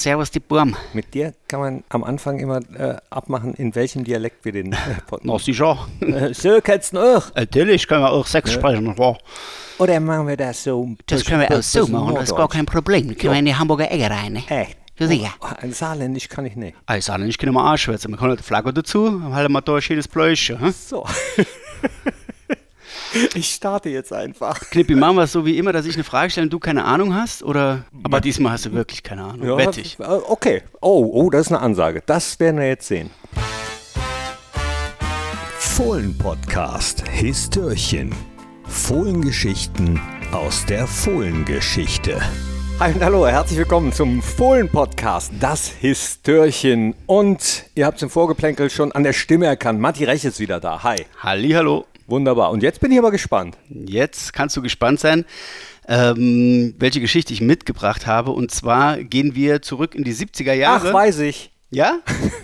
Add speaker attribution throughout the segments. Speaker 1: Servus, die Burm.
Speaker 2: Mit dir kann man am Anfang immer äh, abmachen, in welchem Dialekt wir den äh, Pod
Speaker 1: Na, sicher.
Speaker 2: machen. So kannst du auch.
Speaker 1: Äh, Natürlich können wir auch Sex sprechen. Wow.
Speaker 2: Oder machen wir das so? ein
Speaker 1: Das
Speaker 2: bisschen-
Speaker 1: können wir auch so
Speaker 2: bisschen
Speaker 1: machen, das ist gar kein Problem. Können wir in die Hamburger Ecke rein.
Speaker 2: Norddeutsch. Echt?
Speaker 1: Ja, sicher.
Speaker 2: Oh, Ein Saarländisch kann ich nicht.
Speaker 1: Also, ich kann immer anschwätzen. Wir können halt die Flagge dazu, dann halten wir da ein schönes Pläuschen. Hm?
Speaker 2: So. ich starte jetzt einfach.
Speaker 1: Knippi, machen wir es so wie immer, dass ich eine Frage stelle und du keine Ahnung hast? Oder? Aber diesmal hast du wirklich keine Ahnung.
Speaker 2: Ja,
Speaker 1: Wette ich.
Speaker 2: äh, Okay. Oh, oh, das ist eine Ansage. Das werden wir jetzt sehen.
Speaker 3: Fohlen-Podcast Histörchen. Fohlengeschichten aus der Fohlengeschichte.
Speaker 2: Hi und hallo, herzlich willkommen zum Fohlen-Podcast, das Histörchen. Und ihr habt es im Vorgeplänkel schon an der Stimme erkannt. Matti Rech ist wieder da. Hi.
Speaker 1: Hallihallo.
Speaker 2: Wunderbar. Und jetzt bin ich aber gespannt.
Speaker 1: Jetzt kannst du gespannt sein, ähm, welche Geschichte ich mitgebracht habe. Und zwar gehen wir zurück in die 70er
Speaker 2: Ach,
Speaker 1: Jahre.
Speaker 2: weiß ich.
Speaker 1: Ja?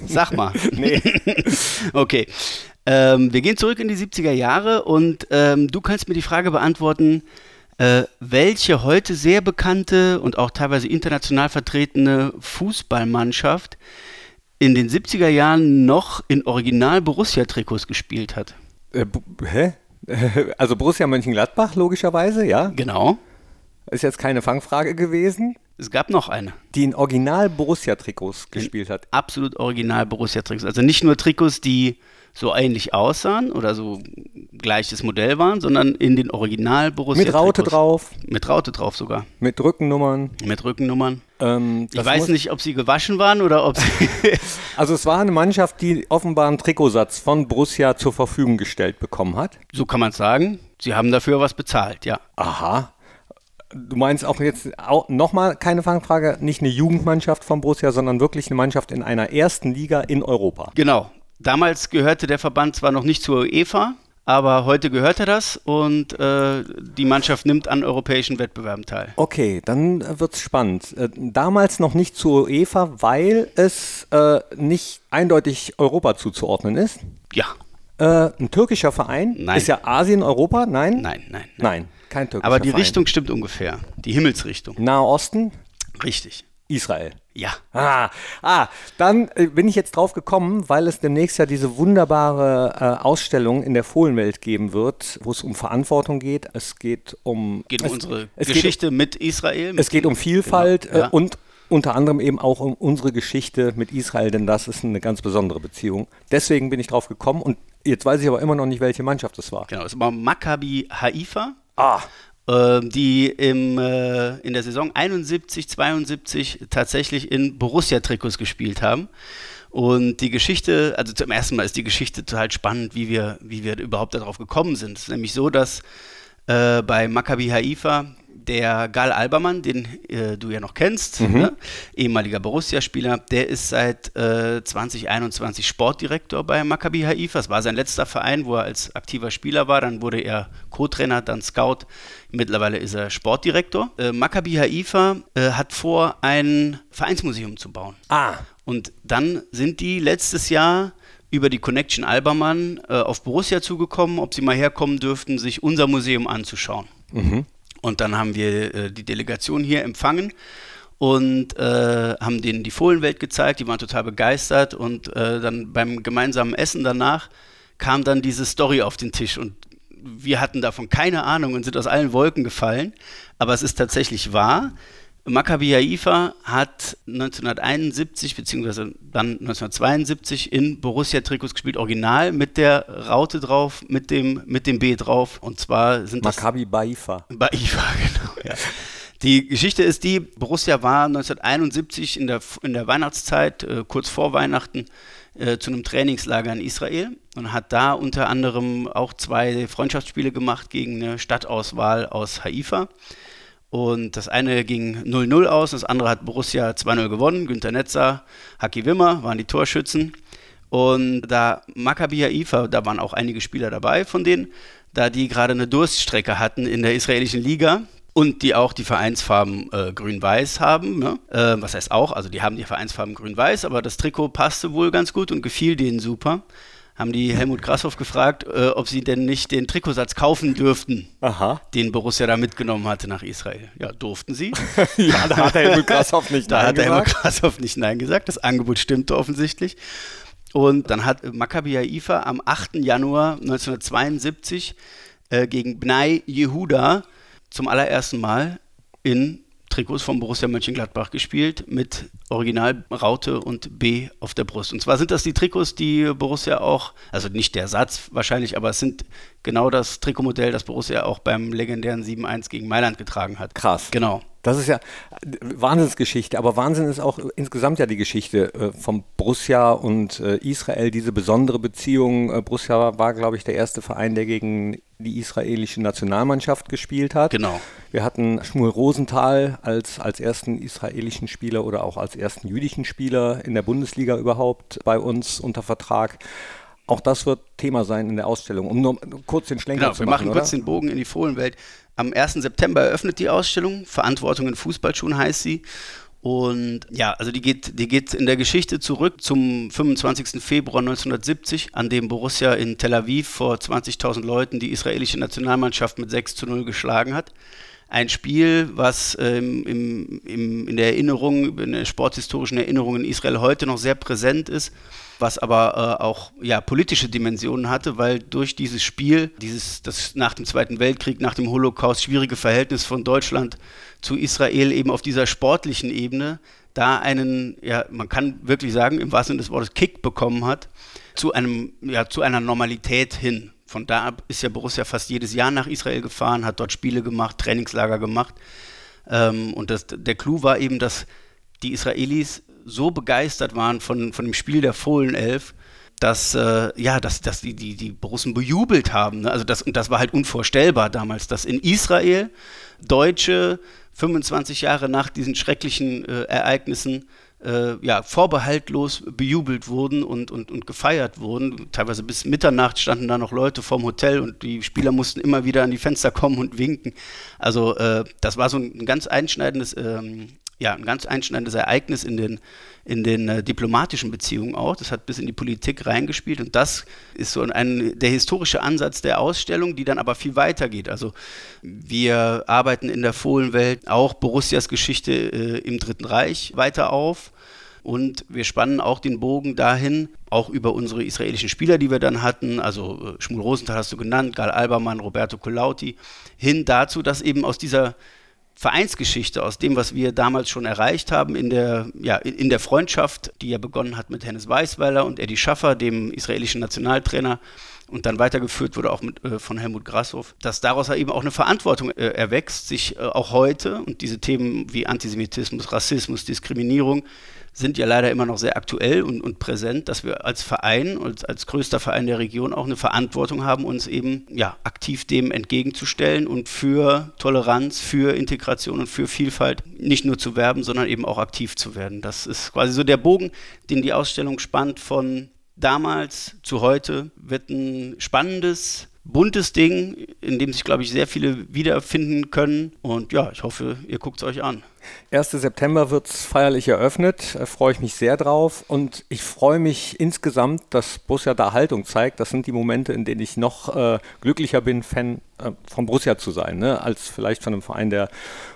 Speaker 1: Sag mal. nee. okay. Ähm, wir gehen zurück in die 70er Jahre und ähm, du kannst mir die Frage beantworten, äh, welche heute sehr bekannte und auch teilweise international vertretene Fußballmannschaft in den 70er Jahren noch in Original Borussia-Trikots gespielt hat.
Speaker 2: Äh, B- hä? Äh, Also Borussia Mönchengladbach, logischerweise, ja.
Speaker 1: Genau.
Speaker 2: Ist jetzt keine Fangfrage gewesen.
Speaker 1: Es gab noch eine.
Speaker 2: Die in Original
Speaker 1: Äh,
Speaker 2: Borussia-Trikots gespielt hat.
Speaker 1: Absolut original Borussia-Trikots. Also nicht nur Trikots, die so ähnlich aussahen oder so gleiches Modell waren, sondern in den original
Speaker 2: Mit
Speaker 1: Borussia-Trikots.
Speaker 2: Raute drauf,
Speaker 1: Mit Raute drauf sogar.
Speaker 2: mit Rückennummern.
Speaker 1: Mit Rückennummern.
Speaker 2: Ähm,
Speaker 1: Ich
Speaker 2: das
Speaker 1: weiß
Speaker 2: muss-
Speaker 1: nicht, ob sie gewaschen waren oder ob sie.
Speaker 2: Also es war eine Mannschaft, die offenbar einen Trikotsatz von Borussia zur Verfügung gestellt bekommen hat.
Speaker 1: so kann man es sagen. Sie haben dafür was bezahlt, ja.
Speaker 2: Aha. Du meinst auch jetzt auch nochmal keine Fangfrage, nicht eine Jugendmannschaft von Borussia, sondern wirklich eine Mannschaft in einer ersten Liga in Europa.
Speaker 1: Genau. Damals gehörte der Verband zwar noch nicht zur UEFA, aber heute gehört er das und äh, die Mannschaft nimmt an europäischen Wettbewerben teil.
Speaker 2: Okay, dann äh, wird's spannend. Äh, Damals noch nicht zur UEFA, weil es äh, nicht eindeutig Europa zuzuordnen ist.
Speaker 1: Ja,
Speaker 2: Äh, ein türkischer Verein
Speaker 1: Nein.
Speaker 2: ist ja Asien, Europa? Nein?
Speaker 1: nein, nein. nein.
Speaker 2: Nein, kein türkischer
Speaker 1: Aber die
Speaker 2: Verein.
Speaker 1: Richtung stimmt ungefähr. Die Himmelsrichtung.
Speaker 2: Nahe Osten,
Speaker 1: Richtig.
Speaker 2: Israel.
Speaker 1: Ja.
Speaker 2: Ah, ah, dann äh, bin ich jetzt drauf gekommen, weil es demnächst ja diese wunderbare äh, Ausstellung in der Fohlenwelt geben wird, wo es um Verantwortung geht. Es geht um
Speaker 1: Geht
Speaker 2: es,
Speaker 1: um unsere
Speaker 2: es geht um-
Speaker 1: Geschichte mit Israel. Mit
Speaker 2: Es geht um Vielfalt
Speaker 1: Genau, ja.
Speaker 2: äh, und unter anderem eben auch um unsere Geschichte mit Israel, denn das ist eine ganz besondere Beziehung. Deswegen bin ich drauf gekommen und jetzt weiß ich aber immer noch nicht, welche Mannschaft es war.
Speaker 1: Genau, es war Maccabi Haifa,
Speaker 2: Ah,
Speaker 1: ähm, die im, äh, in der Saison 71, 72 tatsächlich in Borussia-Trikots gespielt haben. Und die Geschichte, also zum ersten Mal ist die Geschichte total spannend, wie wir, wie wir überhaupt darauf gekommen sind. Es ist nämlich so, dass äh, bei Maccabi Haifa der Gal Albermann, den äh, du ja noch kennst, ne? ehemaliger Borussia-Spieler, der ist seit äh, 2021 Sportdirektor bei Maccabi Haifa. Es war sein letzter Verein, wo er als aktiver Spieler war. Dann wurde er Co-Trainer, dann Scout. Mittlerweile ist er Sportdirektor. Äh, Maccabi Haifa äh, hat vor, ein Vereinsmuseum zu bauen.
Speaker 2: ah,
Speaker 1: Und dann sind die letztes Jahr über die Connection Albermann äh, auf Borussia zugekommen, ob sie mal herkommen dürften, sich unser Museum anzuschauen. Mhm. Und dann haben wir äh, die Delegation hier empfangen und äh, haben denen die Fohlenwelt gezeigt. Die waren total begeistert und äh, dann beim gemeinsamen Essen danach kam dann diese Story auf den Tisch und wir hatten davon keine Ahnung und sind aus allen Wolken gefallen. Aber es ist tatsächlich wahr. Maccabi Haifa hat 1971 beziehungsweise dann 1972 in Borussia-Trikots gespielt, original mit der Raute drauf, mit dem, mit dem B drauf. Und zwar sind das
Speaker 2: Maccabi Baifa.
Speaker 1: bei IFA, genau. Ja. Die Geschichte ist die, Borussia war 1971 in der, in der Weihnachtszeit, äh, kurz vor Weihnachten, äh, zu einem Trainingslager in Israel und hat da unter anderem auch zwei Freundschaftsspiele gemacht gegen eine Stadtauswahl aus Haifa. Und das eine ging 0-0 aus, das andere hat Borussia 2-0 gewonnen. Günter Netzer, Haki Wimmer waren die Torschützen. Und da Maccabi Haifa, da waren auch einige Spieler dabei von denen, da die gerade eine Durststrecke hatten in der israelischen Liga und die auch die Vereinsfarben äh, grün-weiß haben. Ne? Äh, was heißt auch, also die haben die Vereinsfarben grün-weiß, aber das Trikot passte wohl ganz gut und gefiel denen super. haben die Helmut Grasshoff gefragt, äh, ob sie denn nicht den Trikotsatz kaufen dürften,
Speaker 2: Aha.
Speaker 1: den Borussia da mitgenommen hatte nach Israel. Ja, durften sie.
Speaker 2: Ja, da hat der Helmut Grasshoff nicht
Speaker 1: Da
Speaker 2: Nein
Speaker 1: hat der Helmut
Speaker 2: gesagt.
Speaker 1: Grasshoff nicht Nein gesagt. Das Angebot stimmte offensichtlich. Und dann hat Maccabi Haifa am 8. Januar 1972 äh, gegen Bnei Yehuda zum allerersten Mal in Trikots von Borussia Mönchengladbach gespielt mit Original Raute und B auf der Brust. Und zwar sind das die Trikots, die Borussia auch, also nicht der Satz wahrscheinlich, aber es sind genau das Trikotmodell, das Borussia auch beim legendären 7-1 gegen Mailand getragen hat.
Speaker 2: Krass.
Speaker 1: Genau.
Speaker 2: Das ist ja äh, Wahnsinnsgeschichte, aber Wahnsinn ist auch insgesamt ja die Geschichte äh, von Borussia und äh, Israel, diese besondere Beziehung. Äh, Borussia war, glaube ich, der erste Verein, der gegen die israelische Nationalmannschaft gespielt hat.
Speaker 1: Genau.
Speaker 2: Wir hatten Schmuel Rosenthal als, als ersten israelischen Spieler oder auch als ersten jüdischen Spieler in der Bundesliga überhaupt bei uns unter Vertrag. Auch das wird Thema sein in der Ausstellung, um nur kurz den Schlenker
Speaker 1: Genau,
Speaker 2: zu
Speaker 1: wir
Speaker 2: machen.
Speaker 1: machen
Speaker 2: oder?
Speaker 1: kurz den Bogen in die Fohlenwelt. Am 1. September eröffnet die Ausstellung. Verantwortung in Fußballschuhen heißt sie. Und ja, also die geht, die geht in der Geschichte zurück zum 25. Februar 1970, an dem Borussia in Tel Aviv vor 20.000 Leuten die israelische Nationalmannschaft mit 6 zu 0 geschlagen hat. Ein Spiel, was ähm, im, im, in der Erinnerung, in der sporthistorischen Erinnerung in Israel heute noch sehr präsent ist, was aber äh, auch ja, politische Dimensionen hatte, weil durch dieses Spiel, dieses das nach dem Zweiten Weltkrieg, nach dem Holocaust schwierige Verhältnis von Deutschland zu Israel eben auf dieser sportlichen Ebene da einen, ja, man kann wirklich sagen, im wahrsten Sinne des Wortes Kick bekommen hat, zu einem, ja, zu einer Normalität hin. Von da ab ist ja Borussia fast jedes Jahr nach Israel gefahren, hat dort Spiele gemacht, Trainingslager gemacht. Ähm, und das, der Clou war eben, dass die Israelis so begeistert waren von, von dem Spiel der Fohlenelf, dass, äh, ja, dass, dass die, die, die Borussen bejubelt haben. Ne? Also das, und das war halt unvorstellbar damals, dass in Israel Deutsche 25 Jahre nach diesen schrecklichen äh, Ereignissen äh, ja, vorbehaltlos bejubelt wurden und, und, und gefeiert wurden. Teilweise bis Mitternacht standen da noch Leute vorm Hotel und die Spieler mussten immer wieder an die Fenster kommen und winken. Also äh, das war so ein ganz einschneidendes, ähm, ja, ein ganz einschneidendes Ereignis in den, in den äh, diplomatischen Beziehungen auch. Das hat bis in die Politik reingespielt und das ist so ein, ein, der historische Ansatz der Ausstellung, die dann aber viel weiter geht. Also wir arbeiten in der Fohlenwelt auch Borussias Geschichte äh, im Dritten Reich weiter auf. Und wir spannen auch den Bogen dahin, auch über unsere israelischen Spieler, die wir dann hatten, also äh, Schmuel Rosenthal hast du genannt, Gal Albermann, Roberto Colauti, hin dazu, dass eben aus dieser Vereinsgeschichte, aus dem, was wir damals schon erreicht haben, in der, ja, in in der Freundschaft, die ja begonnen hat mit Hennes Weisweiler und Eddie Schaffer, dem israelischen Nationaltrainer, und dann weitergeführt wurde auch mit, äh, von Helmut Grasshoff, dass daraus ja eben auch eine Verantwortung äh, erwächst, sich äh, auch heute, und diese Themen wie Antisemitismus, Rassismus, Diskriminierung, sind ja leider immer noch sehr aktuell und, und präsent, dass wir als Verein und als größter Verein der Region auch eine Verantwortung haben, uns eben ja, aktiv dem entgegenzustellen und für Toleranz, für Integration und für Vielfalt nicht nur zu werben, sondern eben auch aktiv zu werden. Das ist quasi so der Bogen, den die Ausstellung spannt von damals zu heute wird ein spannendes, buntes Ding, in dem sich, glaube ich, sehr viele wiederfinden können. Und ja, ich hoffe, ihr guckt es euch an.
Speaker 2: 1. September wird es feierlich eröffnet, äh, freue ich mich sehr drauf und ich freue mich insgesamt, dass Borussia da Haltung zeigt. Das sind die Momente, in denen ich noch äh, glücklicher bin, Fan äh, von Borussia zu sein, ne? als vielleicht von einem Verein, der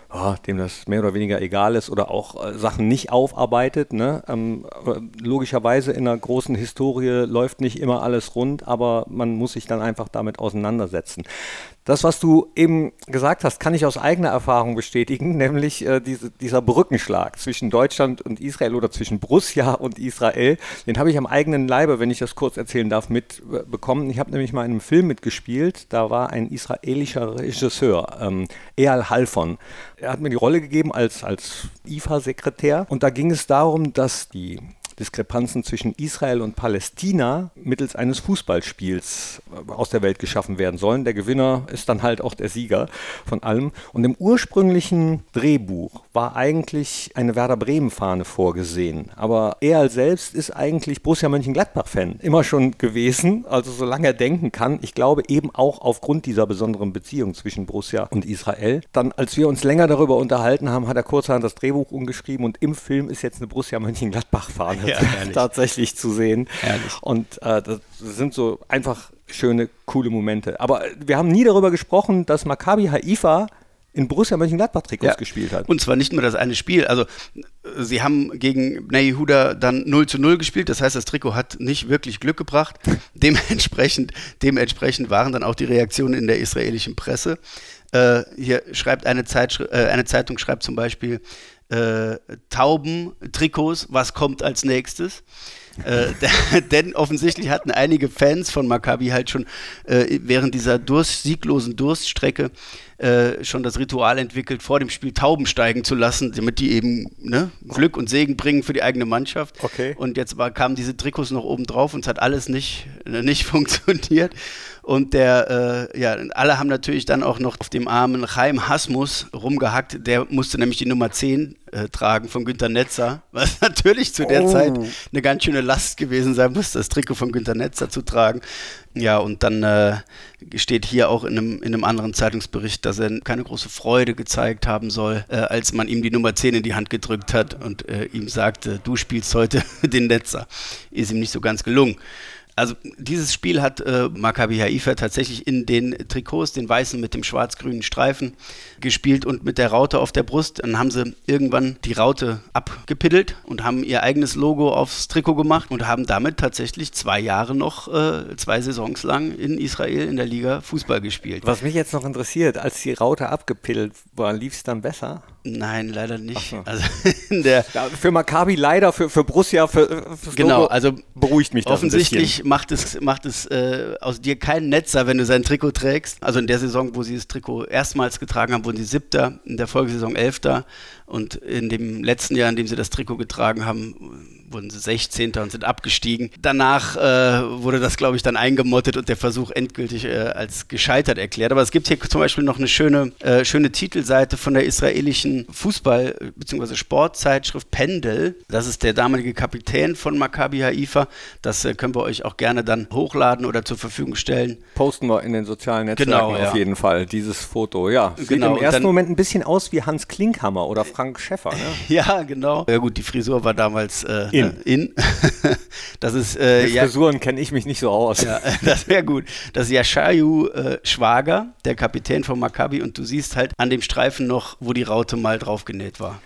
Speaker 2: ah, dem das mehr oder weniger egal ist oder auch äh, Sachen nicht aufarbeitet. Ne? Ähm, aber logischerweise in einer großen Historie läuft nicht immer alles rund, aber man muss sich dann einfach damit auseinandersetzen. Das, was du eben gesagt hast, kann ich aus eigener Erfahrung bestätigen, nämlich äh, diese, dieser Brückenschlag zwischen Deutschland und Israel oder zwischen Borussia und Israel, den habe ich am eigenen Leibe, wenn ich das kurz erzählen darf, mitbekommen. Ich habe nämlich mal in einem Film mitgespielt, da war ein israelischer Regisseur, ähm, Eyal Halfon. Er hat mir die Rolle gegeben als, als IFA-Sekretär und da ging es darum, dass die Diskrepanzen zwischen Israel und Palästina mittels eines Fußballspiels äh, aus der Welt geschaffen werden sollen. Der Gewinner ist dann halt auch der Sieger von allem. Und im ursprünglichen Drehbuch war eigentlich eine Werder Bremen-Fahne vorgesehen. Aber er selbst ist eigentlich Borussia Mönchengladbach-Fan immer schon gewesen. Also solange er denken kann, ich glaube eben auch aufgrund dieser besonderen Beziehung zwischen Borussia und Israel. Dann, als wir uns länger darüber unterhalten haben, hat er kurzerhand das Drehbuch umgeschrieben und im Film ist jetzt eine Borussia Mönchengladbach-Fahne tats tatsächlich zu sehen.
Speaker 1: Herrlich.
Speaker 2: Und äh, das sind so einfach schöne, coole Momente. Aber wir haben nie darüber gesprochen, dass Maccabi Haifa in Borussia Mönchengladbach-Trikots
Speaker 1: Ja.
Speaker 2: gespielt hat.
Speaker 1: Und zwar nicht nur das eine Spiel. Also, äh, sie haben gegen Bnei Huda dann 0 zu 0 gespielt. Das heißt, das Trikot hat nicht wirklich Glück gebracht. Dementsprechend, dementsprechend waren dann auch die Reaktionen in der israelischen Presse. Äh, hier schreibt eine, Zeitschri äh, eine Zeitung, schreibt zum Beispiel äh, Tauben-Trikots, was kommt als nächstes? Äh, de- denn offensichtlich hatten einige Fans von Maccabi halt schon äh, während dieser Durst, sieglosen Durststrecke äh, schon das Ritual entwickelt, vor dem Spiel Tauben steigen zu lassen, damit die eben ne, Glück und Segen bringen für die eigene Mannschaft.
Speaker 2: Okay.
Speaker 1: Und jetzt war, kamen diese Trikots noch oben drauf und es hat alles nicht, äh, nicht funktioniert. Und der, äh, ja, alle haben natürlich dann auch noch auf dem armen Chaim Hasmus rumgehackt. Der musste nämlich die Nummer 10 äh, tragen von Günter Netzer, was natürlich zu der
Speaker 2: Oh.
Speaker 1: Zeit eine ganz schöne Last gewesen sein muss, das Trikot von Günter Netzer zu tragen. Ja, und dann äh, steht hier auch in einem, in einem anderen Zeitungsbericht, dass er keine große Freude gezeigt haben soll, äh, als man ihm die Nummer 10 in die Hand gedrückt hat und äh, ihm sagte, du spielst heute den Netzer. Ist ihm nicht so ganz gelungen. Also dieses Spiel hat äh, Maccabi Haifa tatsächlich in den Trikots, den weißen mit dem schwarz-grünen Streifen gespielt und mit der Raute auf der Brust. Dann haben sie irgendwann die Raute abgepiddelt und haben ihr eigenes Logo aufs Trikot gemacht und haben damit tatsächlich zwei Jahre noch, äh, zwei Saisons lang in Israel in der Liga Fußball gespielt.
Speaker 2: Was mich jetzt noch interessiert, als die Raute abgepillt war, lief es dann besser?
Speaker 1: Nein, leider nicht.
Speaker 2: Ach so.
Speaker 1: Also in der
Speaker 2: Ja, für Maccabi leider, für, für Borussia, für, fürs
Speaker 1: Genau,
Speaker 2: Logo
Speaker 1: also
Speaker 2: beruhigt mich das ein
Speaker 1: Offensichtlich macht es, macht es äh, aus dir keinen Netzer, wenn du sein Trikot trägst. Also in der Saison, wo sie das Trikot erstmals getragen haben, wurden sie Siebter, in der Folgesaison Elfter und in dem letzten Jahr, in dem sie das Trikot getragen haben, wurden sie 16. und sind abgestiegen. Danach äh, wurde das, glaube ich, dann eingemottet und der Versuch endgültig äh, als gescheitert erklärt. Aber es gibt hier zum Beispiel noch eine schöne, äh, schöne Titelseite von der israelischen Fußball- bzw. Sportzeitschrift Pendel. Das ist der damalige Kapitän von Maccabi Haifa. Das äh, können wir euch auch gerne dann hochladen oder zur Verfügung stellen.
Speaker 2: Posten wir in den sozialen Netzwerken
Speaker 1: Genau, ja.
Speaker 2: auf jeden Fall, dieses Foto. Ja, sieht
Speaker 1: Genau,
Speaker 2: im
Speaker 1: und
Speaker 2: ersten
Speaker 1: dann-
Speaker 2: Moment ein bisschen aus wie Hans Klinkhammer oder Frank Schäffer. Ne?
Speaker 1: Ja, genau. Ja gut, die Frisur war damals äh,
Speaker 2: In.
Speaker 1: ne, in. das ist äh,
Speaker 2: Mit
Speaker 1: ja,
Speaker 2: Frisuren kenne ich mich nicht so aus.
Speaker 1: Ja, das wäre gut. Das ist Yashayu äh, Schwager, der Kapitän von Maccabi, und du siehst halt an dem Streifen noch, wo die Raute mal draufgenäht war.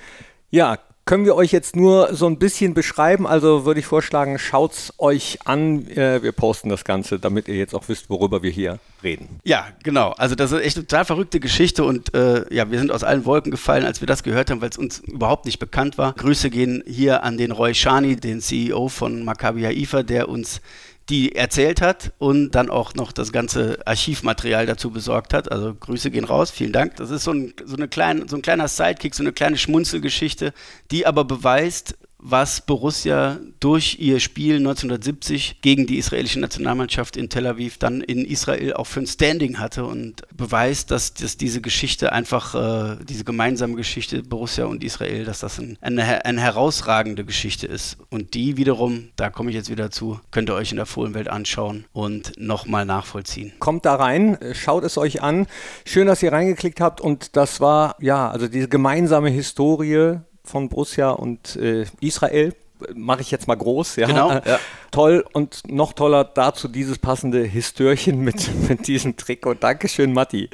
Speaker 2: Ja, können wir euch jetzt nur so ein bisschen beschreiben. Also würde ich vorschlagen, schaut's euch an. Äh, wir posten das Ganze, damit ihr jetzt auch wisst, worüber wir hier reden.
Speaker 1: Ja, genau. Also das ist echt eine total verrückte Geschichte und äh, ja, wir sind aus allen Wolken gefallen, als wir das gehört haben, weil es uns überhaupt nicht bekannt war. Grüße gehen hier an den Roy Shani, den CEO von Maccabi Haifa, der uns die erzählt hat und dann auch noch das ganze Archivmaterial dazu besorgt hat. Also Grüße gehen raus, vielen Dank. Das ist so ein, so eine klein, so ein kleiner Sidekick, so eine kleine Schmunzelgeschichte, die aber beweist, was Borussia durch ihr Spiel 1970 gegen die israelische Nationalmannschaft in Tel Aviv dann in Israel auch für ein Standing hatte und beweist, dass, dass diese Geschichte einfach, äh, diese gemeinsame Geschichte Borussia und Israel, dass das ein, eine, eine herausragende Geschichte ist. Und die wiederum, da komme ich jetzt wieder zu, könnt ihr euch in der Fohlenwelt anschauen und nochmal nachvollziehen.
Speaker 2: Kommt da rein, äh, schaut es euch an. Schön, dass ihr reingeklickt habt. Und das war, ja, also diese gemeinsame Historie von Borussia und äh, Israel. Äh, Mache ich jetzt mal groß, ja.
Speaker 1: Genau,
Speaker 2: Äh,
Speaker 1: ja.
Speaker 2: Toll und noch toller dazu dieses passende Histörchen mit, mit diesem Trikot. Dankeschön, Matti.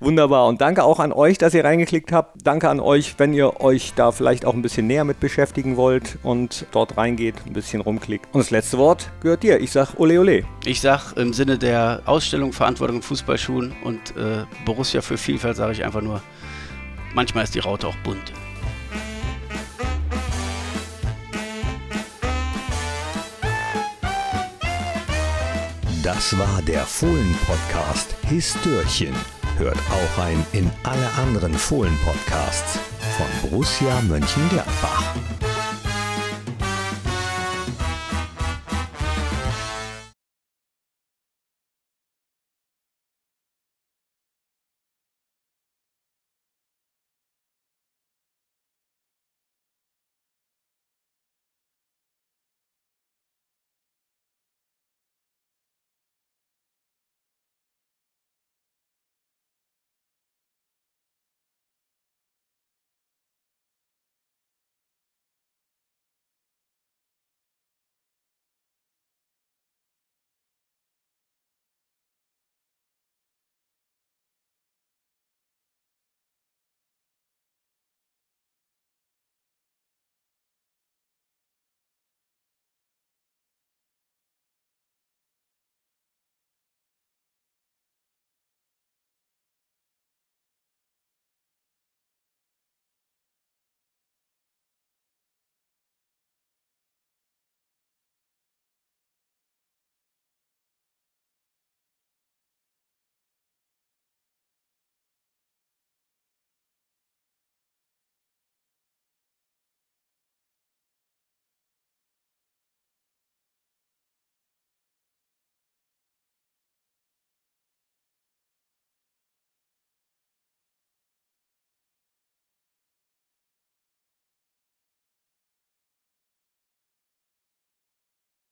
Speaker 2: Wunderbar. Und danke auch an euch, dass ihr reingeklickt habt. Danke an euch, wenn ihr euch da vielleicht auch ein bisschen näher mit beschäftigen wollt und dort reingeht, ein bisschen rumklickt. Und das letzte Wort gehört dir. Ich sag ole ole.
Speaker 1: Ich sage im Sinne der Ausstellung Verantwortung in Fußballschuhen und äh, Borussia für Vielfalt sage ich einfach nur, manchmal ist die Raute auch bunt.
Speaker 3: Das war der Fohlen-Podcast Histörchen. Hört auch ein in alle anderen Fohlen-Podcasts von Borussia Mönchengladbach.